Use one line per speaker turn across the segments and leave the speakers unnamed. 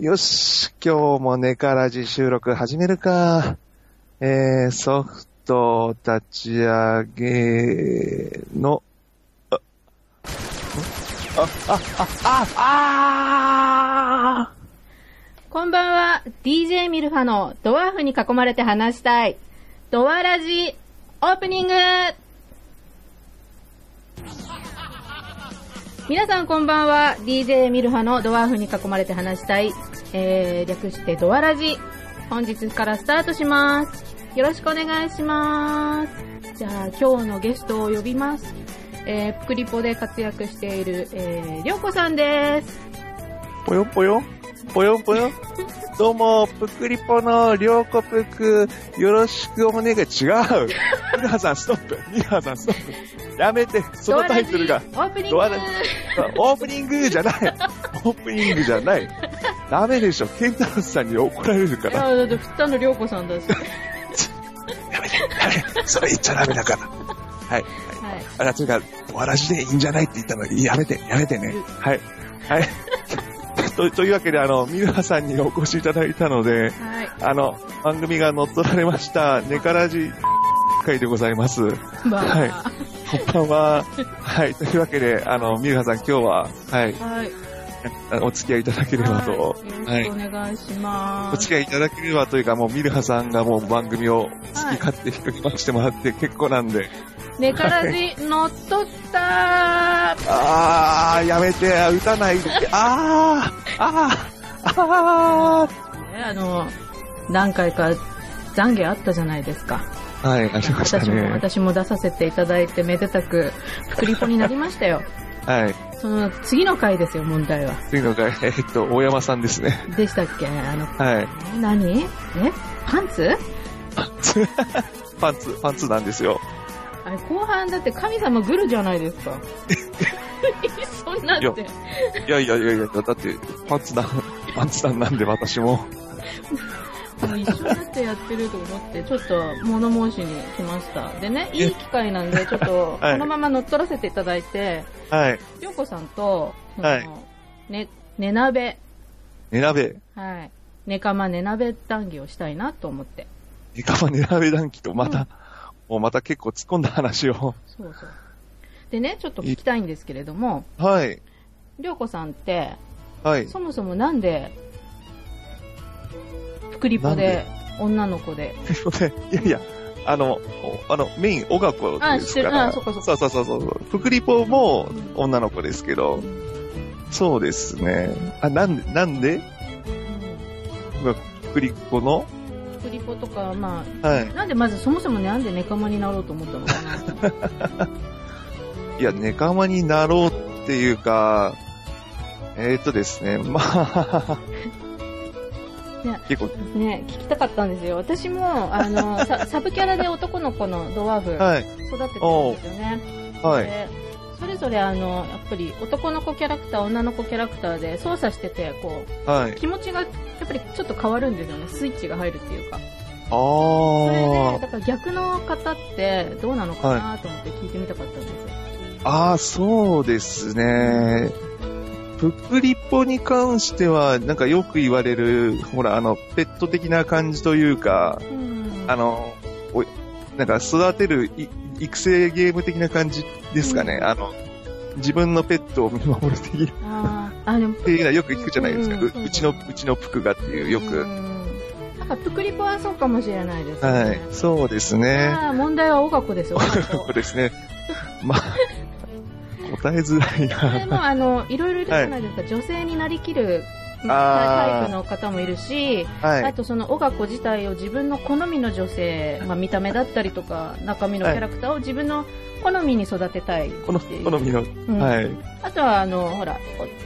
よし、今日もネカラジ収録始めるか。えー、ソフト立ち上げの、あ、あ、あ、あ、あ、あ
こんばんは、DJ ミルファのドワーフに囲まれて話したい、ドワラジオープニング皆さんこんばんは、DJ ミルファのドワーフに囲まれて話したい、えー、略してドワラジ。本日からスタートします。よろしくお願いします。じゃあ今日のゲストを呼びます。えー、プクリポで活躍している、えー、りょうこさんです。
あ、ぽよぽよぽよぽよどうも、ぷくりぽのりょうこぷく、よろしくお願い。違うミラハさん、ストップミラハさん、ストップやめて、そのタイトルが。
ドアラジオープニング
ドアラジオープニングじゃないオープニングじゃないダメでしょケンタロスさんに怒られるか
い
ら。
やだって振ったの涼子さんだし、は
やめて、やめて、それ言っちゃダメだから。はい。
い、
あら、というか、お話でいいんじゃないって言ったのに、やめて、やめてね。はい。はい。 とというわけで、あの、ミルハさんにお越しいただいたので、
はい、
あの、番組が乗っ取られました、ネカラジ会でございます。
まあ、
こんばんは。はい。というわけで、あの、ミルハさん、今日は、はい、
はい、
あお付き合いいただければと。
はい、よろしくお願いしま
お
す。
付き合いいただければというか、もうミルハさんがもう番組を好き勝手引っ張してもらって結構なんで。
ネカラジ乗っ取った
あー、やめて、打たないで。あー、あー、あ
ー、ね、あの、何回か懺悔あったじゃないですか。
ー。はい、ありました
私も、
ね。
私も出させていただいて、めでたく、プクリポになりましたよ。
はい。
その次の回ですよ、問題は。
というのが、えっと、大山さんですね。
でしたっけあの、
はい。
何えパンツ
パンツ、パンツなんですよ。
あれ、後半だって神様グルじゃないです か。 そんなって。
いやいやいやいや、だって、パンツなん、パンツなんなんで私も。
もう一緒になってやってると思って、ちょっと物申しに来ました。でね、いい機会なんで、ちょっ と、
はい
このまま乗っ取らせていただいて、
はい。
りょうこさんと、その
はい
ね、寝鍋、
ねなべ、
はい。寝かま寝鍋談義をしたいなと思って。
ネカマねなべ談義とまた、もうまた結構突っ込んだ話を。
そうそう。でね、ちょっと聞きたいんですけれども、
はい。
りょうこさんって、
はい。
そもそもなんで、福リポで、女の子で、
いやいや、あの、おあの、メイン、小学校
あ
で
知っ
す
て
か
る
ら。
あそっかそっ
そうそうそうそう。福利ポも女の子ですけど、そうですね。あ、なんで、なんで福利ポの
福リポとか、まあ、
はい。
なんでまずそもそもなんでネカマになろうと思ったのかな
いや、ネカマになろうっていうか、えー、っとですね、まあ
いや、
結構、
ね聞きたかったんですよ私も あのさサブキャラで男の子のドワーフ
はい、
育ててるんですよね、
はい、
でそれぞれあのやっぱり男の子キャラクター女の子キャラクターで操作しててこ
は
う
い。
気持ちがやっぱりちょっと変わるんですよねスイッチが入るっていうか
あ
それで
ー
だ、から逆の方ってどうなのかなと思って聞いてみたかったんですよ、
あー、そうですね。ぷくりぽに関しては、なんかよく言われる、ほら、あの、ペット的な感じというか、
うん
あの、おいなんか育てるい育成ゲーム的な感じですかね。
うん
あの、自分のペットを見守る的な
あーあでも
っていうのはよく聞くじゃないですか。
うん
う
うんそう
うちの、うちのプクがっていう、よ
う
く。
んなんかプクリポはそうかもしれないです、ね、
はい。そうですね。
ああ、問題は小学校ですよ。
そうです ね。まあ、答えづらい
それ
な。
も、あの、いろいろいるじゃないですか。女性になりきる、タイプの方もいるし、
は
あ
い。
とその小学校自体を自分の好みの女性、まあ見た目だったりとか、中身のキャラクターを自分の好みに育てたいっていう。
この、好みの、
うん
はい。
あとは、あの、ほら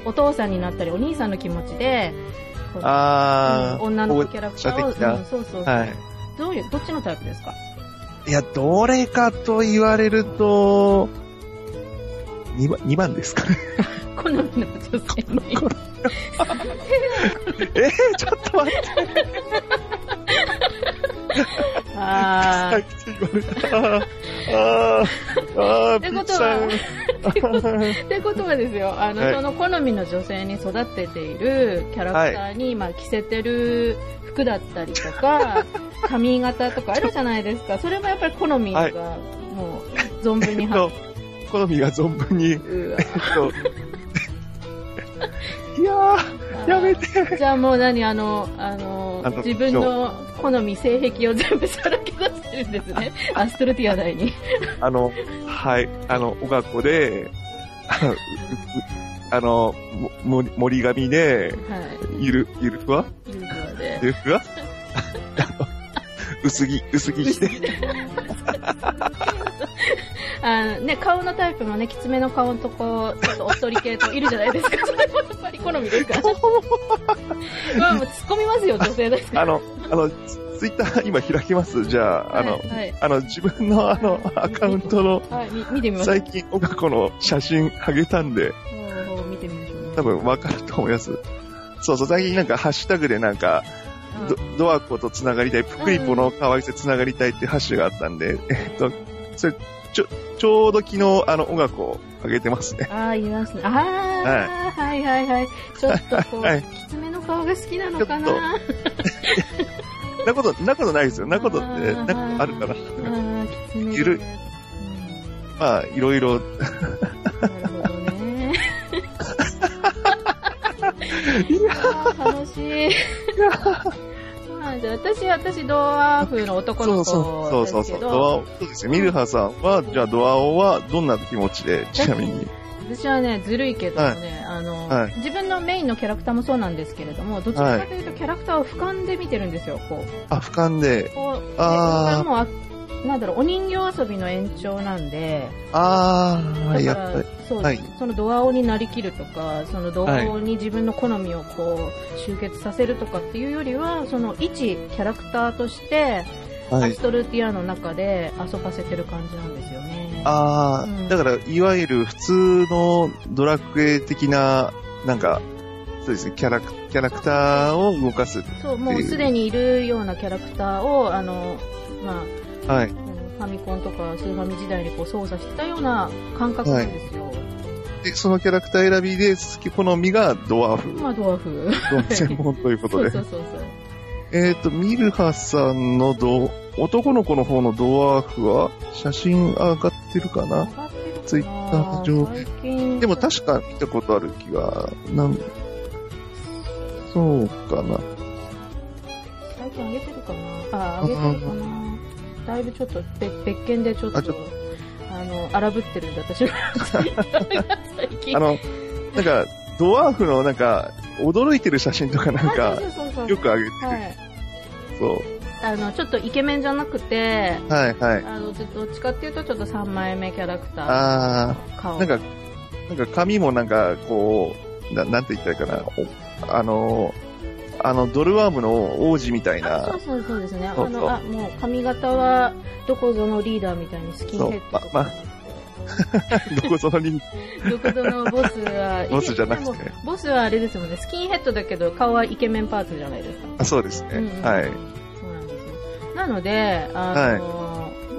お、お父さんになったり、お兄さんの気持ちで、こう
あー、
うん女の子キャラクターを、
保護者的な
うんそうそう、
は
どういう、どっちのタイプですか
い。いや、どれかと言われると、2番、二番ですか ね。
好みの女性に。
えー、ちょっと待って、
ああ
さっ、き言われた。あー、あー、
って
ピッ
こと
チさん。
は
あー
ってことはですよ、あの、
はい
その好みの女性に育てているキャラクターに、まあ着せてる服だったりと か、髪型とかあるじゃないですか。それもやっぱり好みが、
はい
もう、存分に
えっ
入
と、好みが存 分に、えっ
る。
と、いやー、やめて。
て。じゃあもう何、あの、あの、
あの
自分の好み、性癖を全部さらけ出してるんですね。 アストルティア内に。
あの、はい、あの、小学校で、 あのううあの、も、も森紙で、
はい。
ゆる、ゆるふわ
ユーザーで。
ゆるふわ あの薄着、薄着して、
あのね、顔のタイプもね、きつめの顔のとこ、ちょっとおっとり系といるじゃないですか。そ れもやっぱり好みですから。まあもう突っ込みますよ、女性ですから。
あの、あの、ツツイッター今開きます。じゃあ、あの、
はいはい
あの、自分のあの、アカウントの、
はい、み見てみましょう。
最近、小学校の写真あげたんで、
ほうほう見てみましょうね。
多分わかると思います。そうそう、最近なんかハッシュタグでなんか、
うん
ドドアコと繋がりたい、プクリポの可愛さ繋がりたいってハッシュがあったんで、えっと、それ、ちょ、ちょうど昨日、あの、音楽を上げてますね。
ああ、いますね。ああ、はい、はいはいはいちょっとこう、
はい
きつめの顔が好きなのか
ちょっ
な。
なこと、なことないですよ。なことっ
あ
て、
ー
なことあるから。
ああ、きつめ。
ゆるいまあ、いろいろ、
うん。なるほど ね。あー楽しい。まあ、じゃあ私、私、ドワーフの男
そ
の
うそう、
子
そう
です
そうそ
け
う、ドア
ど、
オ、そうですよ。ミルハさんは、じゃあドアオはどんな気持ちで、ちなみに。
私はね、ずるいけどね、
は
あの、
はい
自分のメインのキャラクターもそうなんですけれども、どちらかというとキャラクターを俯瞰で見てるんですよ、こう。
あ、俯瞰で、
こう、で
あー
これもうあ、なんだろう、お人形遊びの延長なんで、
あ
だか
ー、
ら
やっぱり。
そう、
はい
そのドアオになりきるとか、そのドアオに自分の好みをこう、集結させるとかっていうよりは、その一キャラクターとして、
は
ア
い
ス。トルティアの中で遊ばせてる感じなんですよね。
あ
うん
ー、だから、いわゆる普通のドラクエ的な、なんか、そうですね、キャラク、キャラクターを動かす。
そう、もうすでにいるようなキャラクターを、あの、まあ、
はい。
うんファミコンとかスーファミ時代にこう操作してたような感覚なんですよ。
で、そのキャラクター選びで、好みがドワーフ
まあ、ドワーフ。
の専門というこ
そ
と
う
で。
そうそうそう。
えっ、と、ミルハさんのド、男の子の方のドワーフは、写真上がってるかなツイッター上
最近
でも確か見たことある気が、なん、そうかな。
最近あげてるかなあ、あげてるかなだいぶちょっと別別件でちょっと、あ
あちょっ
の、荒ぶってるんで、 私は。最近。
あの、なんか、ドワーフのなんか、驚いてる写真とかなん
あ、
か
そ、うそうそうそう
よくあげて
は
る。
い。
そ
あの、ちょっとイケメンじゃなくて、
う。はいはい。
あの、ちょっとどっちかっていうと、ちょっと3枚目キャラクター。
あ
顔。
ー、なんか、なんか髪もなんか、こう、ななんて言ったらいいかな。おあの、あの、ドルワームの王子みたい
あ
な
そう。そうそうですね。あ
そうそう
の、あ、もう髪型は、どこぞのリーダーみたいにスキンヘッドとか。
どこぞの人
どこぞのボスは、
ボスじゃなく
でも
て。
ボスはあれですもんね、スキンヘッドだけど、顔はイケメンパーツじゃないですか。
あそうですね。
うんうん
はい。
そうなんですよ。なので、あのー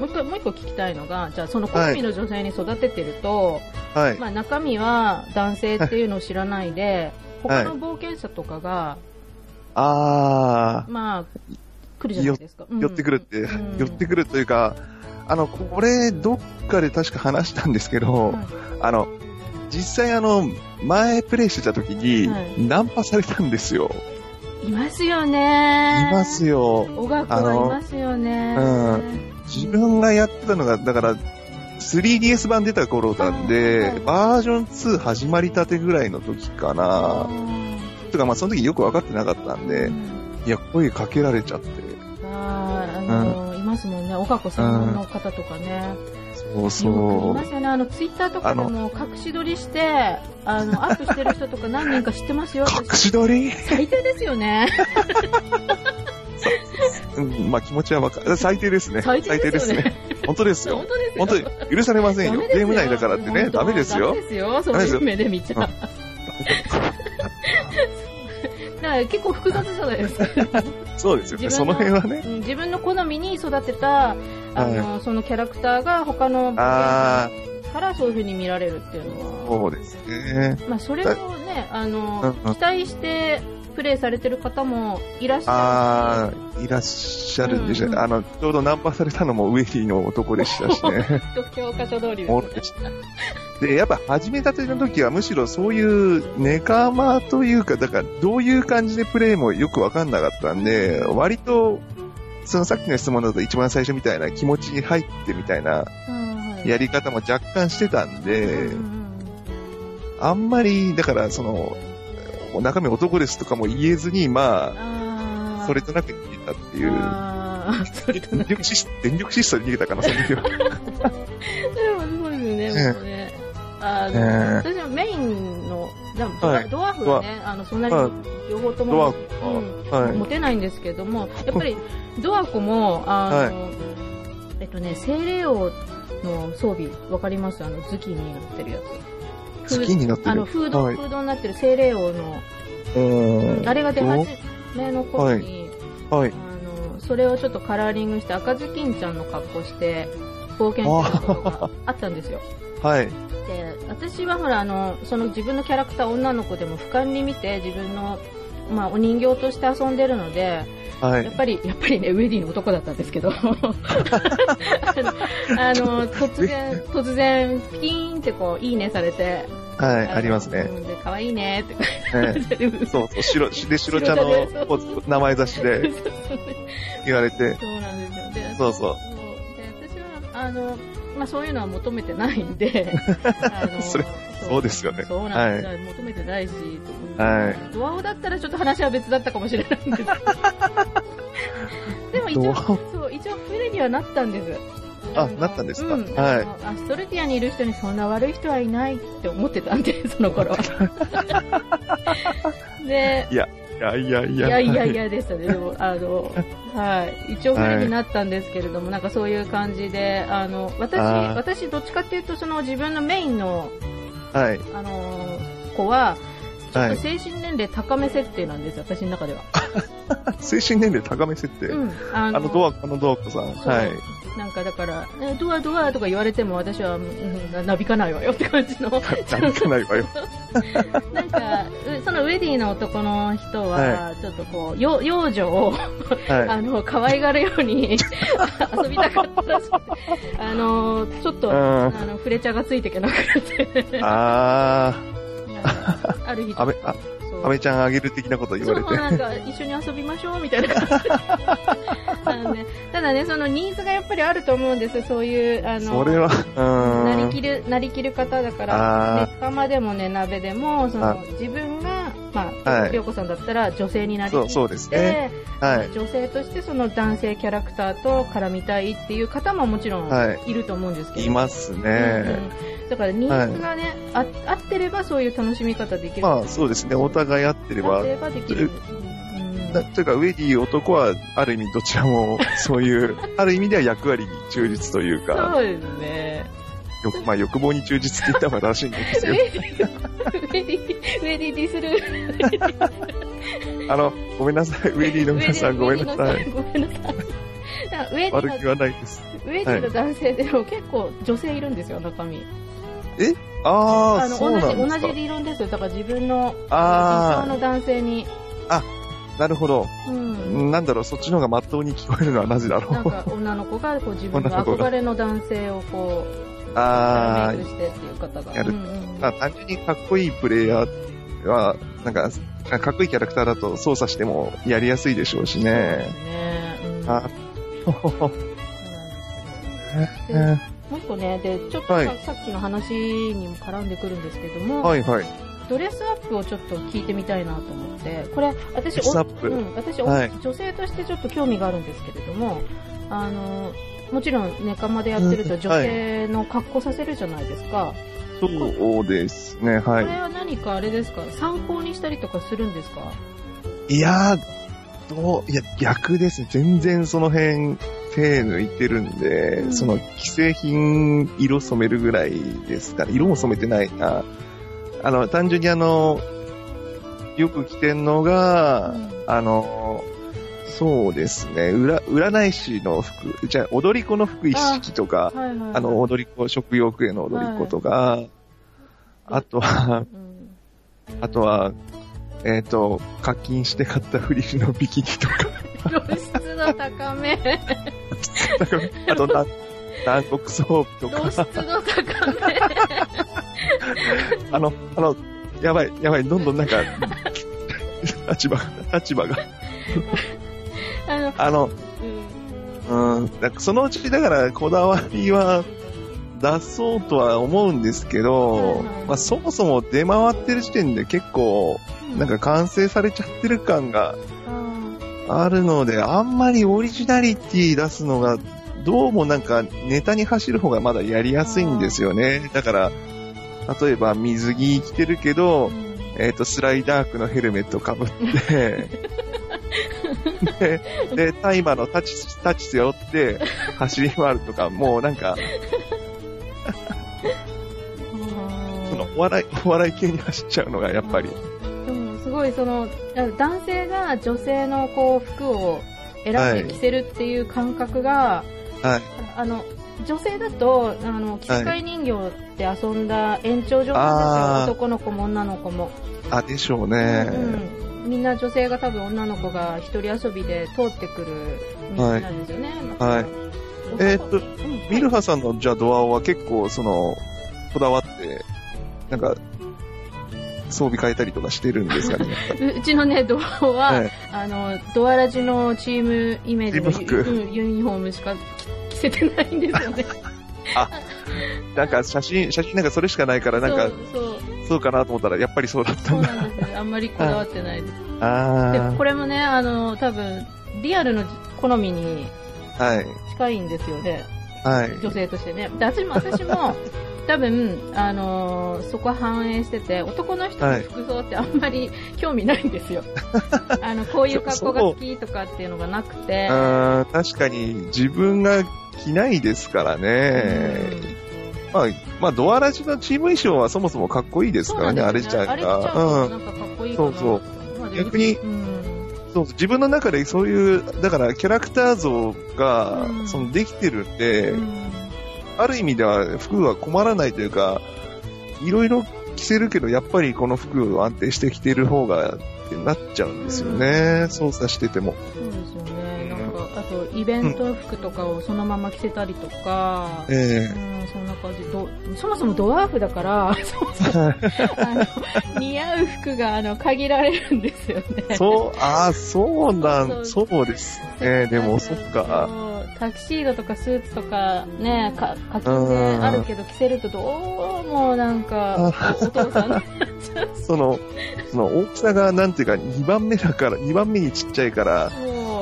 もう一個、もう一個聞きたいのが、じゃあその好みの女性に育ててると、
はい。
まあ中身は男性っていうのを知らないで、
は
他
い
の冒険者とかが、
あ
まあ、来るじゃないですか。
ー、寄ってくるって、
うん
寄ってくるというか、あの、これ、どっかで確か話したんですけど、
はい
あの、実際あの、前プレイしてた時に、
はい
ナンパされたんですよ。
うん。いますよ
い
ね
ますよ。
小学校はいますよね。
あのう自分がやってたのが、だから、3DS 版出た頃なん
はい
で、バージョン2始まりたてぐらいの時かな。とか、まあその時よく分かってなかったん
う
で、
ん
いや、声かけられちゃって。
あーあの、いますもんね。小学校専門の方とかね。
そう
よ
そ
くいま
う。
すよね。あの、ツイッターとかでも隠し撮りして、あの、アップしてる人とか何人か知ってますよ。
隠し撮り
最低ですよね。
うん、まあ気持ちはわかる。最低ですね。
最低ですよね。
本当です
本
よ。
当ですよ。
本当に許されません
ダ
よ
メ。です
ゲ
よ
ーム内だからってね、ダメです
ダ
よ
メ。ですよ。そう
ダメです
い
よ
う目で見ちゃう。
う
だ
ん
から結構複雑じゃないですか。
そうですよね。
自
そ
分の
の辺はね。
うん自分の好みに育てた、あの、そのキャラクターが他のボケ
あ
からそういう風に見られるっていう
ー、
のは、
そうですね。
まあ、それをね、あの、
うんうん
期待してプレイされてる方もいらっしゃ
あー、いらっしゃるんでしょ、
うんうん
あの、ちょうどナンパされたのもウェリーの男でしたしね。
るし、きっと教科書通りです
もろでしたで、やっぱ始めたての時はむしろそういうネカマというか、だからどういう感じでプレイもよくわかんなかったんで、割と、そのさっきの質問だと一番最初みたいな気持ちに入ってみたいな
はい
やり方も若干してたんで
うんう、ん
あんまり、だからその、中身男ですとかも言えずに、ま
あー
あ、それとなく逃げたっていう。
あー それとな
電
く
力シス電力シストで逃げたかな、その時は。
そうですよね、もうね。あの、
ね
私はメインの、でも
はい
ドワーフはね、あの、そんなに
はい
両方とも、
ドワ
うん
ーフは。はい
持てないんですけども、やっ ぱりドワーフも、あの、えっとね、精霊王の装備、わかりますあの、頭巾になってるやつ。
好きになって
あ
る
の、。フード、
はい
フードになってる精霊王の、
うん
あれが出始めの頃に、
はい。
あの、それをちょっとカラーリングして赤ずきんちゃんの格好して冒険してることが あったんですよ。
はい。
で、私はほら、あの、その自分のキャラクター女の子でも俯瞰に見て自分の、まあ、お人形として遊んでるので、
は
や
い
っ。ぱり、やっぱりね、ウェディの男だったんですけど、あ の、あの突然、突然、ピキーンってこう、いいねされて、
はい。
の
ありますね。
うんで、可愛いねって
ね
感じで、
そうそう、白、で、白茶
白
の
茶で
ポーズ名前雑誌 で言われて、
そうなんですよ。で
そうそう
で私は、あの、まあ、そういうのは求めてないんで、あ の
それそうですよね
そうなんです、求めてないし、
は
ドアオだったらちょっと話は別だったかもしれないんですけど。でも一
ド
応、
ア
そう、一応プレにはなったんです。
あ
の
なったんですか
うん、
はい
あのアストルティアにいる人にそんな悪い人はいないって思ってたんで、 その頃は。 で、
いやいやい
い
や。
やいやいやでしたね、でも、あの、はい、一応フレになったんですけれども、なんかそういう感じで、あの、私、
あー
私どっちかっていうと、その自分のメインの、
はい。
あのー子は、
はい。
精神年齢高め設定なんです、私の中では。
精神年齢高め設定。
うん、あ
あのドア、あのドアコさん。
そう
はい。
なんかだから、えドアドアとか言われても私は、うん、ななびかないわよって感じの。
なんかないわよ。
なんか、うそのウェディの男の人は
は、
ちょっとこう、よ幼女を、
は
あの、可愛がるよ うに遊びたかったらしくて、あの、ちょっ
い。う
と、あ
ん。
の、フレチャがついていけなく て、
あ
なんかある日、
あべあ
そう
ー、アメちゃんあげる的なこと言われ
そう、
て。
なんか一緒に遊びましょうみたいな感じであのねただね、そのニーズがやっぱりあると思うんです、そういう、あ
そ
の、
れは、
な
う
り
ん。
きる、なりきる方だか
あ
ら、
ー
熱釜でもね、鍋でも、そ
あ
の、自分が、ま
は
あ、
い
りょうこさんだったら女性になりき
そ
っ
う、
て、
そうですね。はい。
女性としてその男性キャラクターと絡みたいっていう方ももちろ
は
んいると思うんですけど。
いますね。
うんうんだからニーズがね、あ合ってればそういう楽しみ方できる。
まあそうですね、お互い合ってれ
合っ
ば
て、ればできる。うん
だというか、ウェディ男は、ある意味どちらも、そう いう、ある意味では役割に忠実というか、
そうですね。
欲まあ欲望に忠実って言った方が正しいんです
ウ
け
ェディ、ウェディ、ウェディディスる。
ど、あの、ごめんなさい、ウェディの皆さんごめんなさい。
い。ごめんなさい。 だからウェディ
悪
の
気はないです。
ウェディの男性でも結構女性いるんですよ、中身。
ああ、
の
そうなん
同
で
じ、
す
同じ
か。
理論ですよ。だから自分の、理想
あ
の男性に。
あ、なるほど。
うん。
なんだろう、そっちの方がまっとうに聞こえるのはなぜだろ
なん
う。
か女の子がこう自分の
女の子が
憧れの男性をこう、
あ
メイクしてっていう方が。
やる
うんうん
あ、単純にかっこいいプレイヤーは、なんか、かっこいいキャラクターだと操作してもやりやすいでしょうしね。
ねうん
あ、
うんでもう一個ね、で、ちょっとさ,、
はい
さっきの話にも絡んでくるんですけども、
はいはい。
ドレスアップをちょっと聞いてみたいなと思って、これ、私、
ドレスアップ
うん、私、
はい
女性としてちょっと興味があるんですけれども、あの、もちろん、ネカマでやってると
うん
女性の格好させるじゃないですか。
そうですね、は
これ
い。
は何かあれですか参考にしたりとかするんですか
いやー、どう、いや、逆ですね。全然その辺、手抜いてるんで、
うん
その、既製品、色染めるぐらいですかね。色も染めてないな。あの、単純にあの、よく着てんのが、
うん
あの、そうですね。うら占い師の服、じゃあ踊り子の服一式とか、
はいはい。
あの、、踊り子、食用区への踊り子とか、あとは、
うん、
あとは、えっ、と、課金して買ったフリルのビキニと か、
露出度高め。
あと、な南国装備と
露出
か、
度高め。
あの、あの、やばい、やばい、どんどんなんか、立場が、立場が、
あの、
あの、
うん。
うん、なんかそのうちだからこだわりは出そうとは思うんですけ
はい
ど
はい、
まあ、そもそも出回ってる時点で結構なんか完成されちゃってる感が
あ
あるので、あんまりオリジナリティ出すのがどうもなんかネタに走る方がまだやりやすいんですよね。だから、例えば水着着てるけ
ー。
ど
う、ん
えっ、と、スライダークのヘルメットかぶって、で、で、タイマーのタチ、タチ背負って走り回るとか、もうなんか、その、お笑い、お笑い系に走っちゃうのがやっぱり。
でもすごいそのあの男性が女性のこう服を選んで着せるっていう感覚が、
はい。
あの女性だとあのキス界人形で遊んだ延長上なんですよ、
あー
男の子も女の子も、
あ、でしょうね。
うん、みんな女性が多分女の子が一人遊びで通ってくる道なんですよね、
はいえーっと
うん
ミルハさんのじゃあドアは結構その、こだわって、なんか、装備変えたりとかしてるんですかね。
ううちのね、ドアは、
はい
あの、ドアラジのチームイメージの
チーム服
ユ,、うん、ユニフォームしか着着せてないんですよね。
なんか写真、写真なんかそれしかないから、 なんか、
そうそう
そうかなと思ったら、やっぱりそうだった
そ
ん
う
だ。
なんですよ。あんまりこだわってないです。
あ
で、これもね、あの、多分、リアルの好みに
あ。はい。
近いんですよね。
はい。
女性としてね。で、私も、私 も、多分、あの、そこは反映してて、男の人の服装ってあんまり興味ないんで すよ。あの、こういう格好が好きとかっていうのがなくて。
あー確かに自分が着ないですからね。まあ、まあ、ドアラジのチーム衣装はそもそもかっこいいですからね、アレジャ
あれ
ー
ちゃん
が。
な
うん
かかっこいいかな。
そう
まあでも
逆に
うん
ん。そうそう自分の中でそういう、だからキャラクター像が、
うん
そのできてるんで、
うん
ある意味では服は困らないというか、いろいろ着せるけど、やっぱりこの服を安定して着てる方が、ってなっちゃうんですよね。操作してても。
そうですよね。なんか、あと、イベント服とかをそのまま着せたりとか、
ええ
うん、そんな感じ。どそもそもドワーフだから、そもそも、あの、似合う服が、あの、限られるんですよ ね。
そう、ああ、そうな、
そうん
そうですね。でも、そっか。
そう。タキシードとかスーツとかね、か、課金であるけど着せるとどうもなんか、お父さんの
その、その大きさが、なんていうか、2番目だから、2番目にちっちゃいから、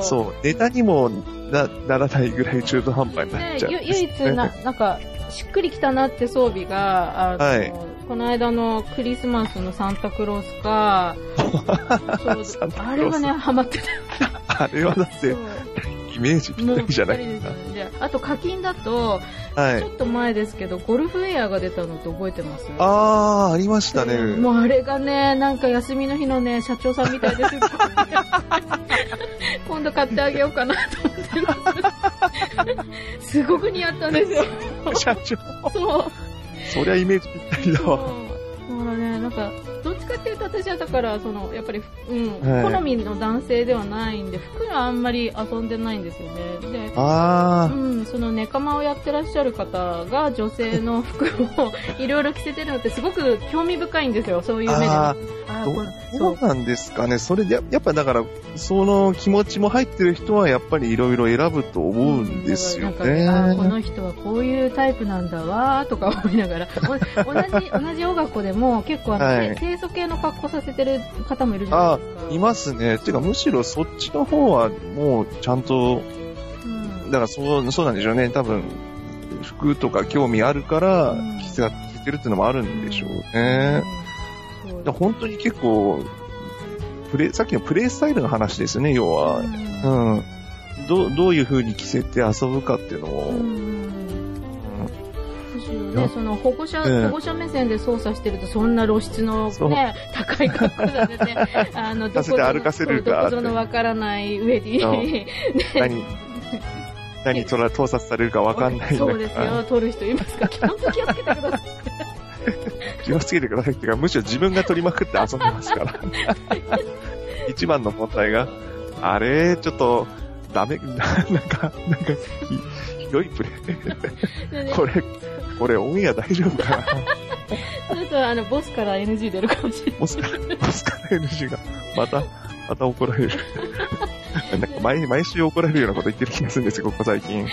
そう
そう、ネタにもなならないぐらい中途半端になっちゃう、
ねゆ唯一 な、なんか、しっくりきたなって装備が、あの、
はい
この間のクリスマスのサンタクロース か、ちょ
サ
う
ンタクロー
ど
ス
あれがね、ハマってた。
あれはだって、イメージぴったりじゃな
もうぴ
い
ったりですねであと課金だと、
は
ち
い。
ょっと前ですけど、ゴルフウェアが出たのって覚えてます
ああ、ありましたね。
うんもうあれがね、なんか休みの日のね、社長さんみたいですっ ごい今度買ってあげようかなと思って ます。すごく似合ったんですよ。
社長、
そう。
そりゃイメージぴったりだ
そう
わ。
だからね、なんか、どっちかっていうと私はだから、その、やっぱり、うん、
はい
好みの男性ではないんで、服があんまり遊んでないんですよね。で、う
あ
ん、そのネカマをやってらっしゃる方が女性の服をいろいろ着せてるのってすごく興味深いんですよ、そういう目で見て。
あ
あ
あ、
ー
ど
こ
う
れそ
ど
う
う。なんですかね。それで、ややっぱだから、その気持ちも入ってる人は、やっぱりいろいろ選ぶと思うんですよ
だからなんかあ
ね。
この人はこういうタイプなんだわーとか思いな がら、お同じ、同じ小学校でも結構あの、
はい
清楚系の格好させてる方もいるじゃないですか。
いますね。てか、むしろそっちの方は、もう、ちゃんと、
うん
だからそう、そうなんでしょうね。多分、服とか興味あるから
うん、
着せ着てるってのもあるんでしょうね。
うん
だから本当に結構、プレイさっきのプレイスタイルの話ですよね、要は。
う
うん。どう、どういう風に着せて遊ぶかっていうの
んう
を、
んむしろのね、その保護者、
うん
保護者目線で操作してると、そんな露出の
そう
ね、高い格好させて、 あの、ど
さ
こ
せて歩かせるか
ぞのわからない上に、
うん何、何、それは盗撮されるかわかんないんだ
そ
か
うです
ら、
よ、撮る人 いますから、本当気をつけてください。
気をつけてくださいっていうか、むしろ自分が取りまくって遊んでます から。一番の問題が、あれ、ちょっと、ダメ、 ななんか、なんか、ひひどいプレイ。これ、これオンエア大丈夫かな
それと、あの、ボスから NG 出るかもしれない。
オスカー、オスカー NG が、また、また怒られる。 なんか毎、毎週怒られるようなこと言ってる気がするんですよ、ここ最近。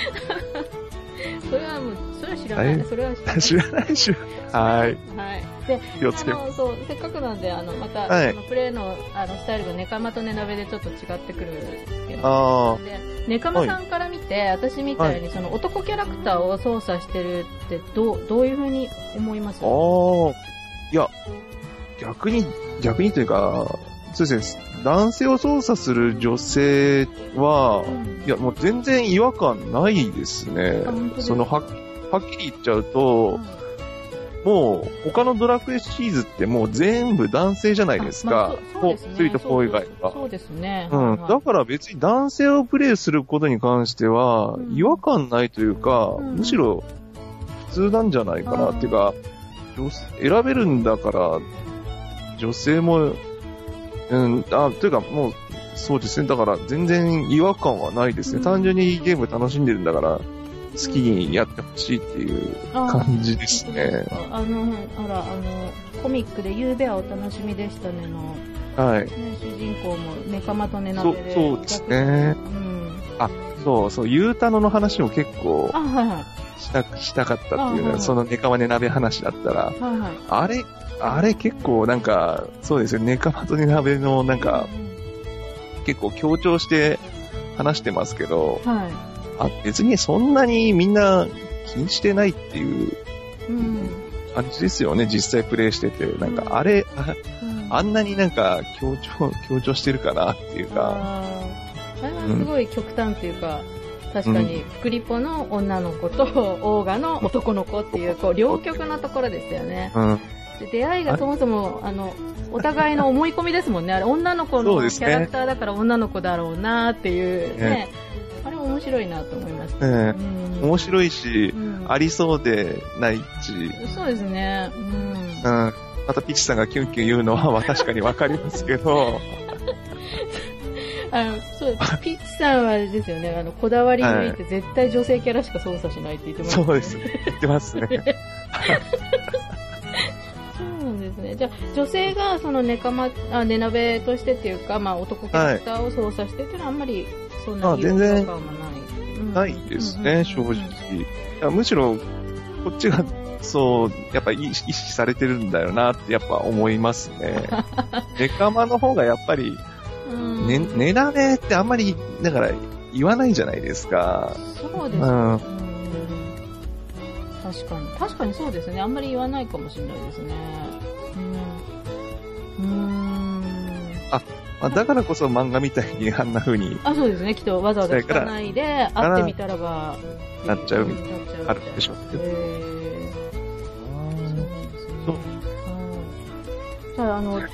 それはもう、それは知らない。それは知らな い。
知らないし、はーい。
はい。で、
気をつけ
あの、そう、せっかくなんで、あの、また、
はい
そのプレイの、あの、スタイルがネカマとネナベでちょっと違ってくるけど。
あ
で、ネカマさんから見て、私みたいに、その男キャラクターを操作してるって、どう、どういうふうに思います
あ、ああ、いや、逆に、逆にというか、そうですね、男性を操作する女性は
う、ん
いや、もう全然違和感ないですね
あ本当。です
その、はっ、はっきり言っちゃうと、もう、他のドラクエシリーズってもう全部男性じゃないです
まあ
か。
そ
も
うそう
う
ですね
スリート4以外は。
そうですね。
うん。だから別に男性をプレイすることに関しては
う、ん
違和感ないというか、
うん
むしろ普通なんじゃないかな。
うん
っていうか、女選べるんだから、女性も、うん、あ、というかもう、そうですね。だから全然違和感はないですね。
うん
単純にゲーム楽しんでるんだから、好きにやってほしいっていう感じですね。
あの、あら、あの、コミックで、ゆうべはお楽しみでしたねの、ね、
はい。
主人公も、ネカマとネナ
そ
ベ
う
で。
そうです。ね
う。ん。
そうそう、ゆうたのの話も結構
あ、はいはい。
したしたかったっていう
あ
の
はい
は、そのネカマネ鍋話だったら、
はいはい。
あれ、あれ結構なんか、そうですよ、ネカマとネ鍋のなんか、結構強調して話してますけど、
は
あ別にそんなにみんな気にしてないっていう
い。うん。
感じですよね、実際プレイしてて。なん
う
か、
ん
あれ、あ
っ
あんなになんか強調、強調してるかなっていうか、
あーあれはすごい極端っていうか、確かに、クリポの女の子と、 オーガの男の子っていう、こう、両極なところですよね。
うん、
で出会いがそもそも、あの、お互いの思い込みですもんね。あれ、女の子
そ
の
う
キ
です
ャ
ね
ラクターだから女の子だろうなっていうね。
ね
あれ面白いなと思いました。
ね
うん
面白いし、
うん
ありそうでないし、
そうですね。う
う。
ん
ん。またピッチさんがキュンキュン言うのは、まあ確かにわかりますけど、
あの、そう、ピッチさんはあれですよね、あの、こだわり抜いて絶対女性キャラしか操作しないって言ってます、
そうです。言ってますね。
そうなんですね。じゃあ、女性がそのネカマ、あ、ネナベとしてっていうか、まあ男キャラクターを操作してっていうのはあんまり、そんな
あ
に
全然
違和感はない。うん
ないです
うんうんう
ね、
ん
正直。いやむしろ、こっちが、そう、やっぱ意識意識されてるんだよなってやっぱ思います ね。デカマの方がやっぱり、
うん
ね、ねだめってあんまり、だから言わないじゃないですか。
そう
う
ですね。
ん。
うん確かに。確かにそうですね。あんまり言わないかもしれないですね。うん。うーん。
まあだからこそ漫画みたいにあんな風に
あ、そうですね。きっとわざわざ聞かないで、
ら
会ってみたらば、
なっちゃうあ
な
るんでし
ょ。
ょうけ
へ
ど。
ーそうなんですねはいじゃあ、あの、り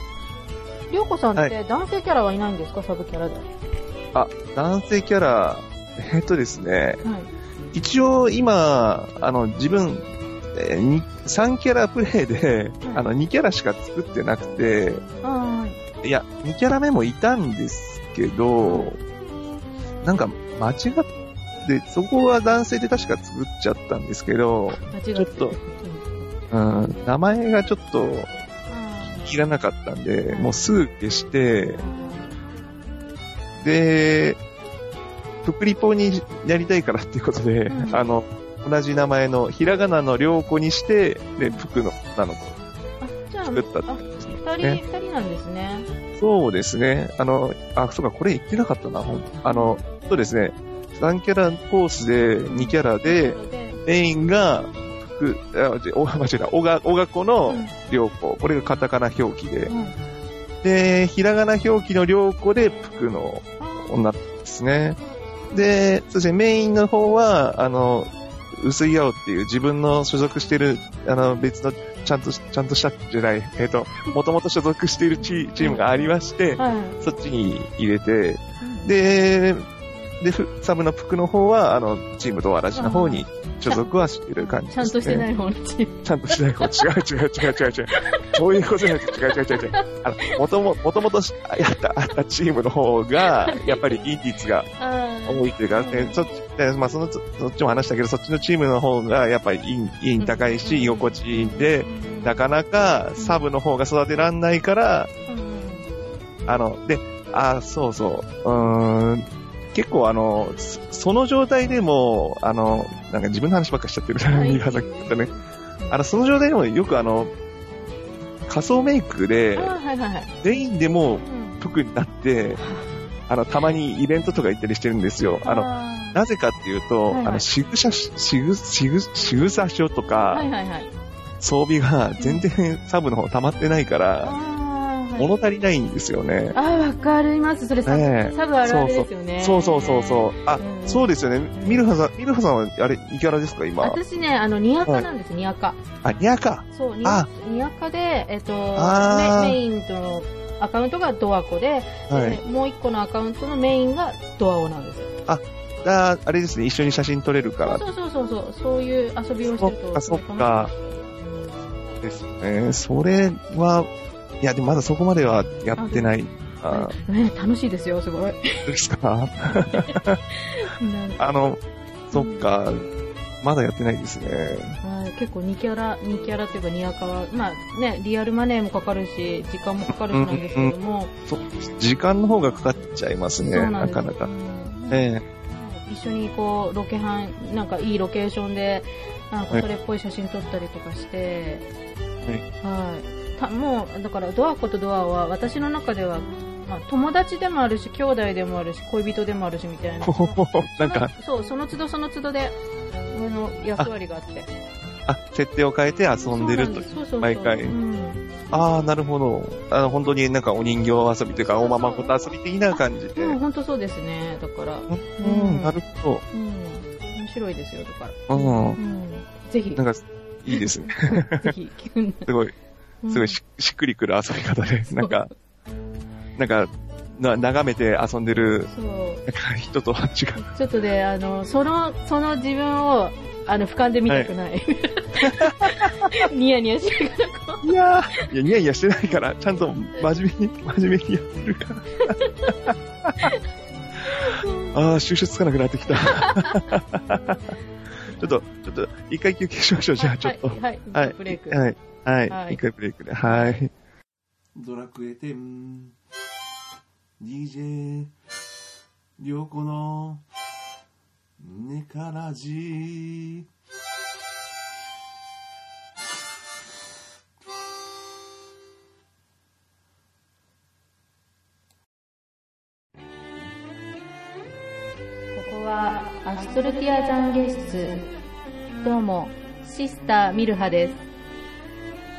ょうこさん
は
って男性キャラはいないんですか、サブキャラで。はい。
あ、男性キャラ、えっとですね、一応今、あの、自分、えーに3キャラプレイで、
うん
あの、2キャラしか作ってなくて、
はい。
いや、2キャラ目もいたんですけど、なんか間違って、そこは男性で確か作っちゃったんですけど、
間違って。
ちょっとうん、名前がちょっといらなかったんで、もうすぐ消して、で、プクリポにやりたいからっていうことで、
うん
あの、同じ名前のひらがなの良子にして、で、プクの女の子
あ、じゃあ、あ
作ったって
二
ですね
人、二人なんですね。
そうですね。あの、あ、そうか、これ言ってなかったな、ほんあの、そうですね。3キャラコースで2キャラで、メインが、ふく、あ、違うお間違えた、おが、おがこ
うん、
の
うん
良子。これがカタカナ表記で。で、ひらがな表記の良子で、プクの
あ
女ですね。で、そしてメインの方は、あの、薄い青っていう自分の所属している、あの、別の、ちゃんと、ちゃんとしたじゃない、えっ、と、もともと所属しているチチームがありまして、
はい。
そっちに入れて、で、で、ふサブのプクの方は、あの、チームドアラジの方に所属はしてる感じです、ね。
ちゃんとしてない方のチ ーム。
ちゃんとし ない方。違う違う違う違う違う。そういうことじゃないです。違う違う違う違う。あの、もとも、もともとしやった、あったチームの方が、やっぱりインディーズが
あー
多いというか、でそっち、でまあその、そそっちも話したけど、そっちのチームの方が、やっぱりイン、イン高いし、居心地いいんで、なかなかサブの方が育てらんないから、
うん
あの、で、あ、そうそう、うーん、結構あの、そその状態でも、あの、なんか自分の話ばっかりしちゃってるじゃ ないですか、ね。あの、その状態でもよくあの、仮想メイクで
あ、ーはいはいはい。
全員でもう
うん
服になって、あの、たまにイベントとか行ったりしてるんですよ。あの、
ー
なぜかっていうと、
はいはい
あの、仕草し、仕草、仕草仕草書とか、
はいはいはい。
装備が全然サブの方溜まってないから、
あーはい
物足りないんですよね。
あー、わかります。それサブ、
ねえ
サブあるあるですよね。
そうそうそう
う。
そう。あ、
ん
そうですよね。ミルハさん、ミルハさんは、あれ、いキャラですか、今。
私ね、あの、ニアカなんです、ニアカ。
あ、ニャか。
そう、ニ
あ
アニアカで、えっと、
あー
メメインとのアカウントがドアコで、
はい
で。もう一個のアカウントのメインがドアオなんですよ。
あ、あれですね、一緒に写真撮れるから
そうそうそうそう、そういう遊びをしてると。
そっかそっかですね。それは、いや、でもまだそこまではやってない。あ
楽しい。 ね、楽しいですよ、すごい。
どうですか
なんか
あの、そっか。まだやってないですね。
はい結構2キャラ、2キャラっていうかニアカは、まあね、リアルマネーもかかるし、時間もかかるしなんですけども、
そ時間の方がかかっちゃいますね、
そう
なん
です
か
よ
なか。
うん
え
一緒にこう、ロケハン、なんかいいロケーションで、なんかそれっぽい写真撮ったりとかして、はい。たもう、だからドアコとドアは私の中では、まあ友達でもあるし、兄弟でもあるし、恋人でもあるしみたい
え
な。
なんか、
そう、その都度その都度で、あの、役割があって。
あ、設定を変えて遊んでると。
そうなんですそうそうそう
毎回
うん
ああ、なるほど。あの、本当になんかお人形遊びというか、おままごと遊び的な感じで。
うん、
う
本当そうですね。だから、うん。
ん、なるほ
面白いですよ、だから。
ど。う。
うんん。ぜひ、
なん
ぜ
か、いいですね。
ひ、聞くんだ。
すごい。
う ん
すごいししっくりくる遊び方で、
そう
なんか、なんか、な眺めて遊んでる
そう。
なんか人とは違う。
ちょっとね、あの、その、その自分を、あの、俯瞰で見たくない。 ニヤニヤしながらこ
いやー、いや、ニヤニヤしてないから、ちゃんと真面目に、真面目にやってるから。あ ー、収集つかなくなってきた。 ちょっと、ちょっと、一回休憩しましょう、
う。
じゃあ、ちょっと。
はい、はい、
は。
はいい、ブレイク。
はい。はい。
はい
一回ブレイクで。はい。
ドラクエ10 DJ りょうこのねからじ
ここは、アストルティア懺悔室。どうも、シスターミルハで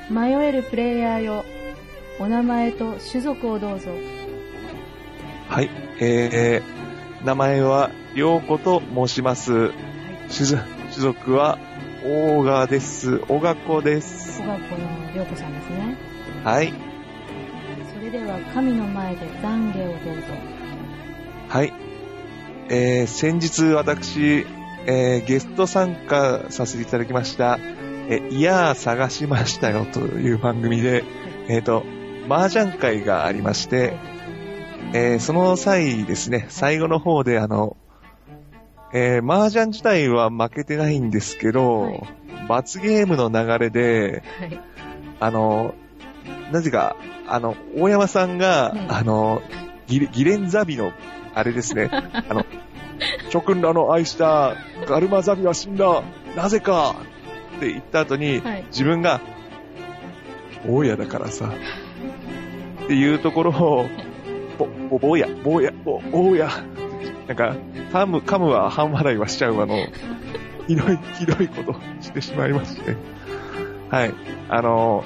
す。迷えるプレイヤーよ。お名前と種族をどうぞ。
はい。えー、名前は、りょうこと申します。種族種族は、オーガです。オガコです
小。学校の涼子さんですね。
はい。
それでは、神の前で懺悔をどうぞ。
はい。えー、先日私、えー、ゲスト参加させていただきました、えー、いやー探しましたよという番組で、えっ、と、麻雀会がありまして、えー、その際ですね、最後の方であの、えー、麻雀自体は負けてないんですけど、
はい
罰ゲームの流れで、
はい。
あの、なぜか、あの、大山さんが、
うん
あの、ギレギレンザビの、あれです ね、あの、諸君らの愛したガルマザビは死んだ、なぜかって言った後に、
はい
自分が、坊やだからさ、っていうところを、ぼ、ぼ、坊や、坊や、ぼ、坊や、なんか、噛む、噛むは半笑いはしちゃうわの、ひどい、ひどいことをしてしまいまして。はい。あの、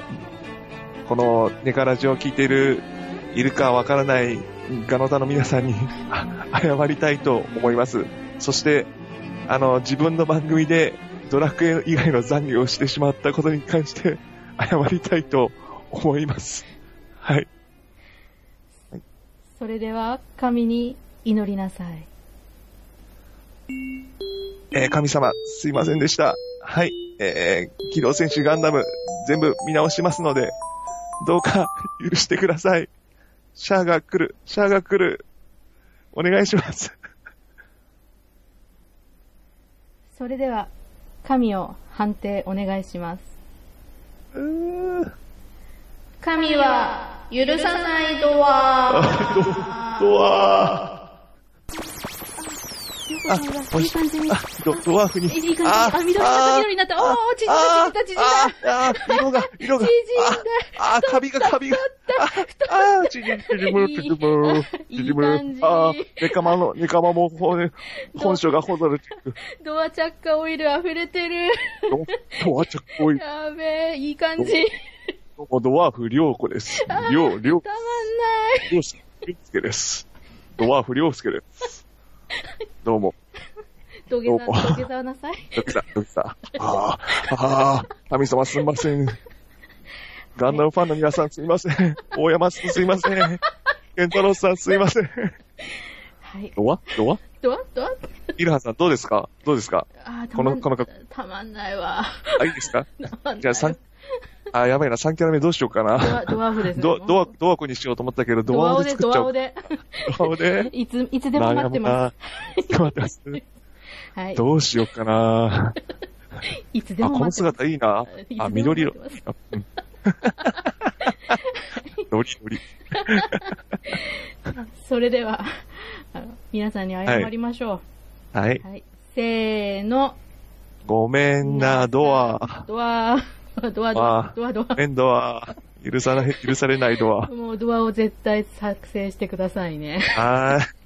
このネカラジオを聞いている、いるかわからないガノタの皆さんに、あ謝りたいと思います。そして、あの、自分の番組でドラクエ以外の残業をしてしまったことに関して、謝りたいと思います。はい。
それでは、神に祈りなさい。
えー神様、すいませんでした。はい。えー、機動戦士ガンダム、全部見直しますので、どうか許してください。シャアが来る、シャアが来る。お願いします。
それでは、神を判定お願いします。
うーん
神は許さないドア。
ド、ドワ
よく考えたいい感じに。
ー、ド、ドワーフに
え、いい感じ。あ、緑になった、緑になった。おー、縮んだ、縮んだ、縮んだ。
あーあー、色が、色が。
縮んだ
あーあー、カビが、カビが。ああー、縮む、縮 む、縮む、縮
いい
む
感じ。
ああ、ネカマの、ネカマも、ほね本性がほざる。
ドアチャッカオイル溢れてる。
ドドアチャッコイ、
やべえ、いい感じ。
どうもドワーフ、リョウコです。リョウ、リョウ
た、まんない。
リョウスリョウスケです。ドワーフ、リョウスケです。どうも、
土下座、土下座なさい。
ドクター、ドクター。ああ、ああ、神様すみません。ガンダムファンの皆さんすみません。大山さんすみません。ケンタロウさんすみません。
はい。
ドワドワ
ドアドア
イルハさんどうですかどうですか
あー、た
こ
ま
の
ん
この方
たまんないわ。
あ、いいですか
たまん ない
じゃあ3、あ、やばいな、3キャラ目どうしようか
ド
な。
ア、ドアフですね。
ド、ドア
もう、
ドアコにしようと思ったけど、ド
ド
ア
ア
オ
オ
で
で、
作っ
ド
ちゃ
ア
お
オ
う。
で。
ドアオで。
いつ、いつでも待ってま
悩むな。待ってます。
す。はい。
どうしようかな。
いつで
あ、
も
この
待ってます。
姿いいな。あ、緑色
いつでも。待って
あうんノリノリ。
それでは、あの皆さんに謝りましょ
はい。
う。はい。せーの。
ごめんな、ドア。
ドア、ドア、ドア、ドア、ド
ごめん、ドア。許さない、許されないドア
ア。。もうドアを絶対作成してくださいね。
はーい。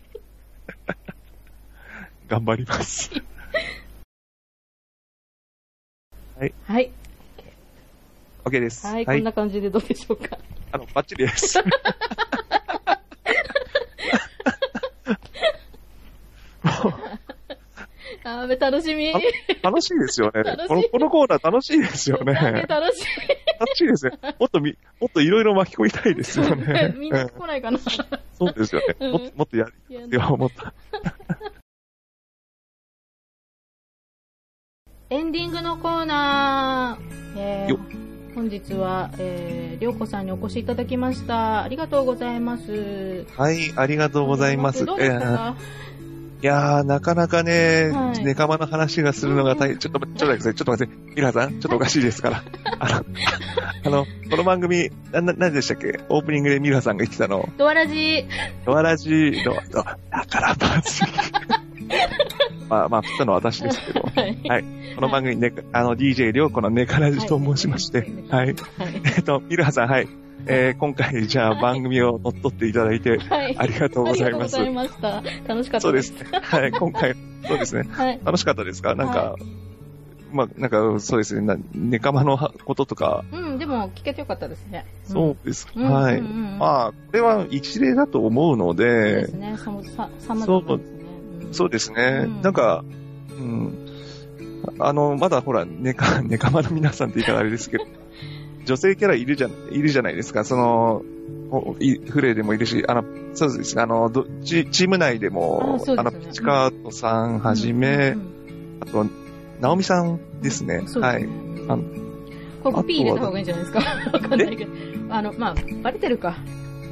頑張ります。
はい。
OK です。
はい、こんな感じでどうでしょうか。
あの、バッチリです。
あー、楽しみ。
あ楽しいですよね
楽しい。
この、このコーナー楽しいですよね。
なんで
楽
楽し
しいですね。もっとみ、もっといろいろ巻き込みたいですよね
い。。 みん
う
なん来ないかな。
そうですよね。もっと、もっとや
いや
り、は思った。
エンディングのコーナー。えー
よ
本日は、えー、りょうこさんにお越しいただきました。ありがとうございます。
はい、ありがとうございます。
どうでした
えー
か、
いやー、なかなかね、
はい
ネカマの話がするのが大変。ちょっと、ちょっと待ってください。ちょっと待って。ミラさん、ちょっとおかしいですから。あの、あの、この番組、な、な、何でしたっけオープニングでミラさんが言ってたの。
ドアラジ
ドアラジーの、ドアだからバズ。まあ、まあ、振ったのは私ですけど。
はい
はいこの番組ね、あの、DJ りょうこのネカラジと申しまして、はい。
はい。
えっと、ミルハさん、はい。えー今回、じゃあ番組を乗っ取っていただいて、
はい。
ありがとう
あ
ご
り
ざ
が
い
とうご
ます
ざ。いました。楽しかった
そうですね。はい、今回、そうですね。
はい。
楽しかったですかなんか、
は
まあ、なんか、そうですね。なネカマのこととか、
うん、でも聞けてよかったですね。
そうです。
うん。うん
はい。
うんうん
まあ、これは一例だと思うの
そう
で
で、すね。さもさ、さまざまですね。うん
そうですね。
うん
なんか、うん。あの、まだほら、ネカ、 ネカマの皆さんって言い方あれですけ ど、女性キャラいるじゃ、いるじゃないですか。その、おいフレイでもいるし、あの、そうですね、あの、どチチーム内でも、
あそうですね
の、ピチカートさんはじめ、
うん
あと、ナオミさんですね。
そう
は
です
い。
ね。
あ
ここ P 入れた方がいいんじゃないですかわかんないけど。あの、まあ、バレてるか。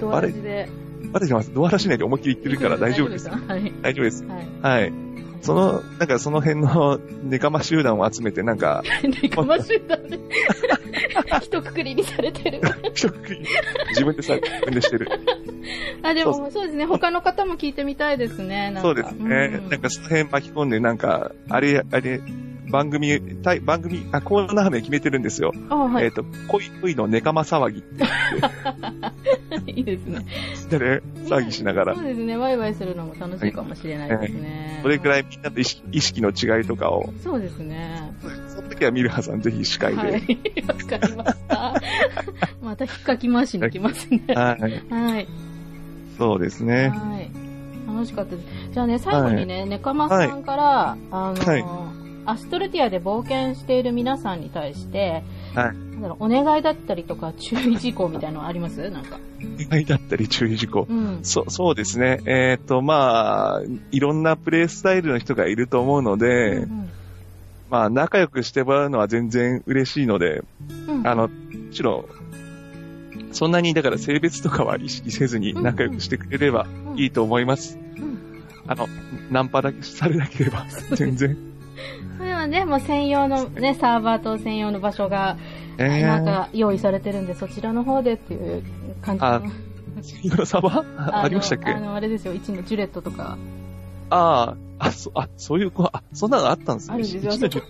ドアラジで。
私はドアラシ内で思いっきり言ってるから大丈夫です。
かはい。
大丈夫です。
はい。
はい。その、なんかその辺の ネカマ集団を集めて、なん か、
で、かましゅうだね。 一括りにされてる。
一人自分でさ、自分でしてる。
あ、でも、そうですね。他の方も聞いてみたいですね。なんか
そうですね。
う
なんかその辺巻き込んで、なんか、あれ、あれ、番組、対番組、あ、コーナー名決めてるんですよ。
あ、は
え
い
っ、。と、恋、恋のネカマ騒ぎって
いいですね。
言ってね、騒ぎしながら
そう、ですね。ワイワイするのも楽しいかもしれないですね。
それくら
い。
いみんなと意識意識の違いとかを、
そうですね。
その時はミルハさんぜひ司会
はい
で。。
わかりま した。また引っかき回しに来ますね。
はい、
はい。
そうですね。
はい。楽しかったです。じゃあね、最後にね、ネカマさんから、あのー、アストルティアで冒険している皆さんに対して、
はい
なんだろうお願いだったりとか注意事項みたいなのありますなんか。
意外だったり注意事項。
うん。
そそうですね。えっ、と、まあ、いろんなプレイスタイルの人がいると思うので、
うん
まあ、仲良くしてもらうのは全然嬉しいので、
うんうん
あの、むしろ、そんなに、だから性別とかは意識せずに仲良くしてくれれば
うん
いいと思います。
うん
あの、ナンパだけされなければ、全然。
それはね、もう専用のね、サーバーと専用の場所が、
え
な
ー、
んか用意されてるんで、そちらの方でっていう感じ
あ今のサバあありましたっけ
あの、あれですよ、一のジュレットとか、
ああ、あ、そ、あ、そういう子、あ、そんなのあったんですね。
あるんですよ
一度ちょ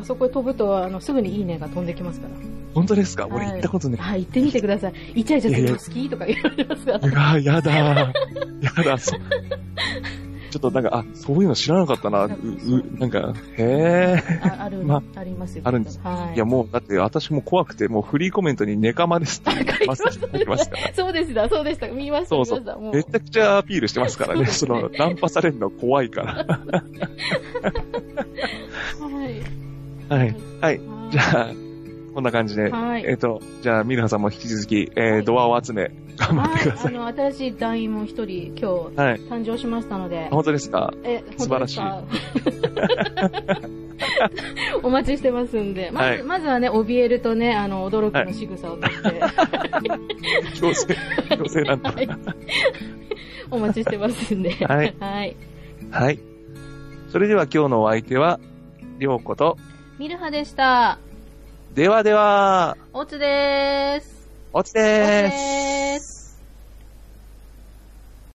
あそこへ飛ぶと、あの、すぐにいいねが飛んできますから。
本当ですか
はい
俺行ったことね。
はい、行ってみてください。イチャイチャす
いや
る
い
の
や
好きとか言われますから。
うわやだ。 やだ、そう。ちょっとなんか、あ、そういうの知らなかったな。う、う、なんか、へえ。
あある、
ま
ありますよ。
あるんです
はい。
いや、もう、だって私も怖くて、もうフリーコメントにネカマですって書き ます書きますから。
そうでした、そうでした。見ました、
そうそう
見ました。も
めちゃくちゃアピールしてますからね。
そ
そう
です
の、ナンパされるの怖いから。
う。はい。
はい。はい。じゃあ、こんな感じで。
はい。
えっと、じゃあ、ミルハさんも引き続き、えー
はい
ドアを集め、頑張ってくだ
はい、
さ
あの、新しい団員も一人、今日、
い。はい。
誕生しましたので
あ、本当ですか
え、
素晴らしい
本当です か。お待ちしてますんで、まず、
はい
まずはね、怯えるとね、あの、驚くの仕草をとって、
強制、強制なんだ。
はい お待ちしてますんで。
はい。
はい。
はい。それでは今日のお相手は、りょうこと、
ミルハでした。
ではでは、
おつでーす。
おつ
おつ
でーす。
でーす。